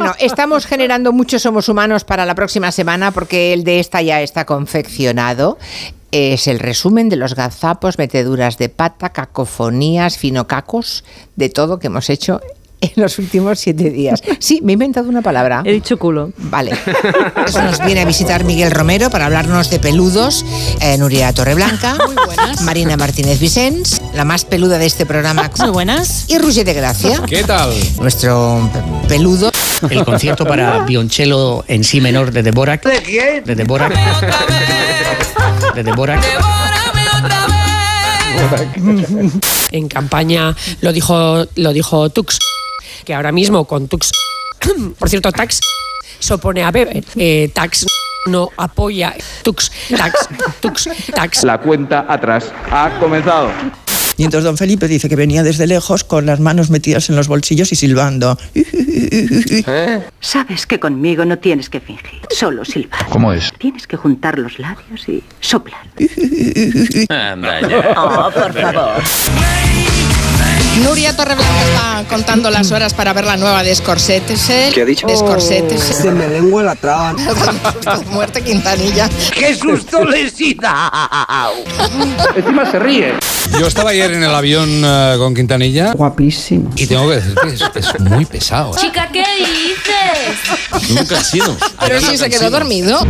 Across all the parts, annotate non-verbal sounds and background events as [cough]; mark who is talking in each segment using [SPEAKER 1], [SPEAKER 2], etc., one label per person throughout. [SPEAKER 1] Bueno, estamos generando muchos Somos Humanos para la próxima semana porque el de esta ya está confeccionado. Es el resumen de los gazapos, meteduras de pata, cacofonías, finocacos, de todo que hemos hecho en los últimos siete días. Sí, me he inventado una palabra.
[SPEAKER 2] Eh.
[SPEAKER 3] He dicho culo.
[SPEAKER 1] Vale. Eso nos viene a visitar Miguel Romero para hablarnos de peludos, eh, Nuria Torreblanca,
[SPEAKER 2] Muy buenas.
[SPEAKER 1] Marina Martínez Vicens, la más peluda de este programa,
[SPEAKER 2] Muy buenas.
[SPEAKER 1] y Ruge de Gracia,
[SPEAKER 4] ¿Qué tal?
[SPEAKER 1] nuestro pe- peludo.
[SPEAKER 5] El concierto para violonchelo en si menor de Dvorak. ¿De quién? De Dvorak. De Dvorak.
[SPEAKER 2] En campaña lo dijo, lo dijo Tux, que ahora mismo con Tux, [coughs] por cierto, Tax se opone a Weber. Eh, Tax no apoya Tux, [laughs] Tax, Tux, Tax.
[SPEAKER 6] La cuenta atrás ha comenzado.
[SPEAKER 7] Y entonces don Felipe dice que venía desde lejos con las manos metidas en los bolsillos y silbando.
[SPEAKER 8] Sabes que conmigo no tienes que fingir, solo silbar.
[SPEAKER 9] ¿Cómo es?
[SPEAKER 8] Tienes que juntar los labios y soplar.
[SPEAKER 10] Nuria Torreblanca está contando las horas para ver la nueva de Scorsese.
[SPEAKER 6] ¿Qué ha dicho? Oh.
[SPEAKER 10] De Scorsese.
[SPEAKER 7] Se me lengua la
[SPEAKER 10] [laughs]
[SPEAKER 7] traba.
[SPEAKER 10] Muerte Quintanilla.
[SPEAKER 6] Encima se ríe.
[SPEAKER 4] Yo estaba ayer en el avión eh, con Quintanilla
[SPEAKER 7] Guapísimo.
[SPEAKER 4] y tengo que decir que es, es muy pesado. ¿eh?
[SPEAKER 3] Chica, ¿qué dices?
[SPEAKER 9] Nunca ha sido.
[SPEAKER 10] Pero sí se quedó dormido.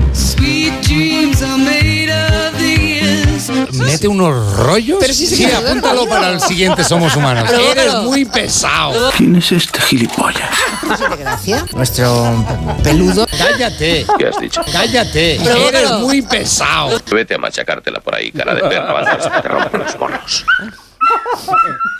[SPEAKER 4] Mete unos rollos.
[SPEAKER 10] Pero si se
[SPEAKER 4] sí,
[SPEAKER 10] quedó
[SPEAKER 4] apúntalo
[SPEAKER 10] dormido.
[SPEAKER 4] para el siguiente Somos Humanos.
[SPEAKER 10] Provócalo.
[SPEAKER 4] Eres muy pesado.
[SPEAKER 9] ¿Quién es este gilipollas?
[SPEAKER 1] Ruge de Gracia, nuestro pe- peludo.
[SPEAKER 5] Cállate,
[SPEAKER 9] ¿Qué has [laughs] dicho?
[SPEAKER 5] cállate.
[SPEAKER 4] Eres muy pesado.
[SPEAKER 9] Vete a machacártela por ahí, cara de perro, antes de que [laughs] te rompan los morros.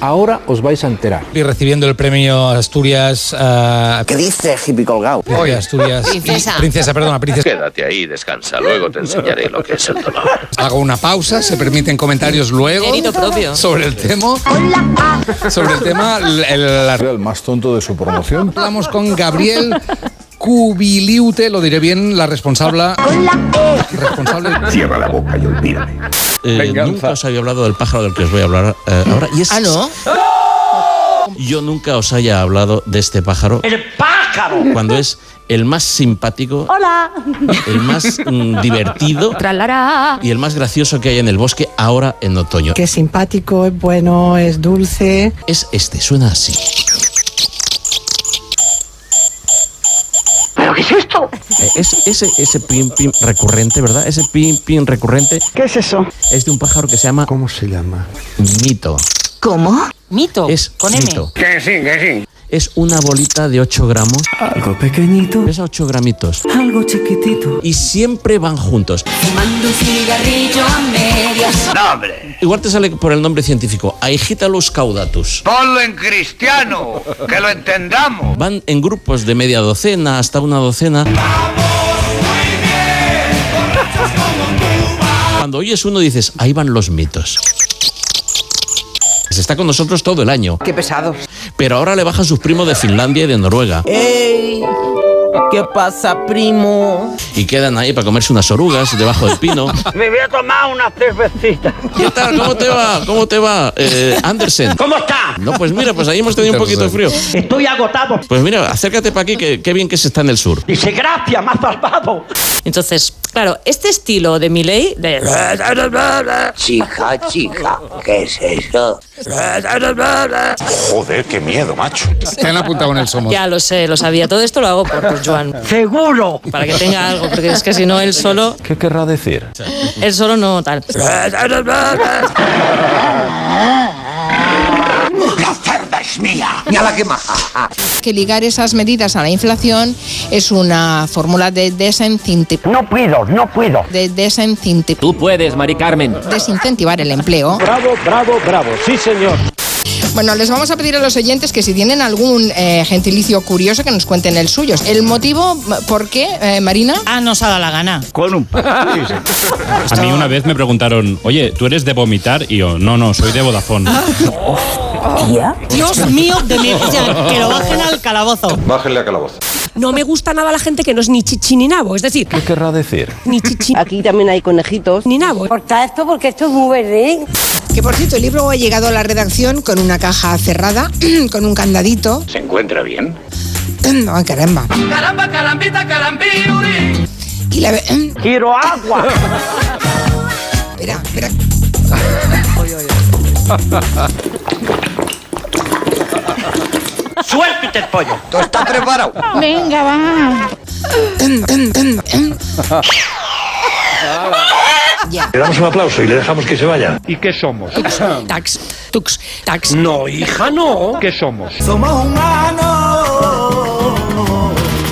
[SPEAKER 6] Ahora os vais a enterar.
[SPEAKER 4] Y recibiendo el premio Asturias. eh,
[SPEAKER 7] ¿Qué dice hippie colgado?
[SPEAKER 4] Oye, Asturias.
[SPEAKER 10] Princesa.
[SPEAKER 4] Princesa, perdona, princesa.
[SPEAKER 9] Quédate ahí, descansa, luego te enseñaré lo que es el dolor.
[SPEAKER 4] Hago una pausa, se permiten comentarios luego.
[SPEAKER 2] Mérito propio.
[SPEAKER 4] Sobre el tema. Sobre el tema. el- el- la-
[SPEAKER 9] el más tonto de su promoción.
[SPEAKER 4] Hablamos con Gabriel Cubiliute, lo diré bien, la responsable. Responsable.
[SPEAKER 9] Cierra la boca y olvídame.
[SPEAKER 6] Venganza. nunca
[SPEAKER 5] Eh, os había hablado del pájaro del que os voy a hablar eh, ahora. Y es,
[SPEAKER 1] Ah, no.
[SPEAKER 5] Yo nunca os haya hablado de este pájaro. ¡El pájaro! Cuando es el más simpático. ¡Hola! El más mm, divertido. Y el más gracioso que hay en el bosque ahora en otoño.
[SPEAKER 7] Que es simpático, es bueno, es dulce.
[SPEAKER 5] Es este, suena así.
[SPEAKER 8] ¿Pero qué es esto?
[SPEAKER 5] Eh, Es ese, ese pim pim recurrente, ¿verdad? Ese pim pim recurrente
[SPEAKER 7] ¿Qué es eso?
[SPEAKER 5] es de un pájaro que se llama
[SPEAKER 6] ¿Cómo se llama?
[SPEAKER 5] mito.
[SPEAKER 8] ¿Cómo?
[SPEAKER 2] Mito.
[SPEAKER 5] Es
[SPEAKER 2] Oh, con M.
[SPEAKER 5] mito. Es una bolita de 8 gramos.
[SPEAKER 6] Algo pequeñito,
[SPEAKER 5] Pesa 8 gramitos.
[SPEAKER 6] algo chiquitito.
[SPEAKER 5] Y siempre van juntos. Igual te sale por el nombre científico. Aegitalus caudatus.
[SPEAKER 9] Ponlo en cristiano, que lo entendamos.
[SPEAKER 5] Van en grupos de media docena hasta una docena. Cuando oyes uno dices, ahí van los mitos. Se está con nosotros todo el año,
[SPEAKER 1] Qué pesado.
[SPEAKER 5] pero ahora le bajan sus primos de Finlandia y de Noruega
[SPEAKER 7] ¡Ey! ¿Qué pasa, primo?
[SPEAKER 5] y quedan ahí para comerse unas orugas debajo del pino.
[SPEAKER 7] [laughs] Me voy a tomar unas tres cervecitas.
[SPEAKER 5] ¿Qué tal? ¿Cómo te va? ¿Cómo te va, eh, Andersen?
[SPEAKER 7] ¿Cómo está?
[SPEAKER 5] No, pues mira, pues ahí hemos tenido un poquito de frío.
[SPEAKER 7] Estoy agotado.
[SPEAKER 5] Pues mira, acércate para aquí, que qué bien que se está en el sur.
[SPEAKER 7] Dice, gracias, más salvado.
[SPEAKER 2] Entonces, claro, este estilo de Miley, de
[SPEAKER 7] Chica, chica, ¿qué es eso?
[SPEAKER 9] Joder, qué miedo, macho.
[SPEAKER 4] Te han apuntado en el Somos.
[SPEAKER 2] ya lo sé, lo sabía. Todo esto lo hago por, por Joan,
[SPEAKER 7] ¡Seguro!
[SPEAKER 2] para que tenga algo, porque es que si no él solo,
[SPEAKER 9] ¿Qué querrá decir?
[SPEAKER 2] él solo no tal.
[SPEAKER 9] La cerda es mía.
[SPEAKER 7] la que más.
[SPEAKER 10] Que ligar esas medidas a la inflación es una fórmula de desincentivo.
[SPEAKER 7] No puedo, no puedo.
[SPEAKER 10] De desincentivo.
[SPEAKER 5] Tú puedes, Mari Carmen.
[SPEAKER 10] Desincentivar el empleo.
[SPEAKER 6] Bravo, bravo, bravo. Sí, señor.
[SPEAKER 10] Bueno, les vamos a pedir a los oyentes que si tienen algún eh, gentilicio curioso que nos cuenten el suyo. El motivo, m- ¿por qué, eh, Marina?
[SPEAKER 2] Ah, nos ha dado la gana.
[SPEAKER 9] Con un
[SPEAKER 11] A mí una vez me preguntaron, oye, ¿tú eres de vomitar? Y yo, no, no, soy de Vodafone.
[SPEAKER 5] Ah,
[SPEAKER 2] Dios mío, de mi vida, que lo bajen al calabozo.
[SPEAKER 9] Bájenle a calabozo.
[SPEAKER 2] No me gusta nada la gente que no es ni chichi ni nabo, es decir,
[SPEAKER 9] ¿Qué querrá decir?
[SPEAKER 2] ni chichi
[SPEAKER 8] Aquí también hay conejitos.
[SPEAKER 2] ni nabo.
[SPEAKER 8] Corta esto porque esto es muy verde. ¿eh?
[SPEAKER 1] Que por cierto, el libro ha llegado a la redacción con una caja cerrada, con un candadito.
[SPEAKER 9] ¿Se encuentra bien?
[SPEAKER 1] Ay, caramba.
[SPEAKER 6] Caramba, carambita, carambiuri.
[SPEAKER 1] Y la... ve- mm.
[SPEAKER 6] Quiero agua.
[SPEAKER 1] Espera, espera.
[SPEAKER 6] Suéltate el pollo. ¿Tú estás preparado?
[SPEAKER 1] Venga, va. eh.
[SPEAKER 6] Le damos un aplauso y le dejamos que se vaya. ¿Y qué somos?
[SPEAKER 12] Tux, tax, tux, tax.
[SPEAKER 6] No, hija, no. ¿Qué somos? Somos humanos.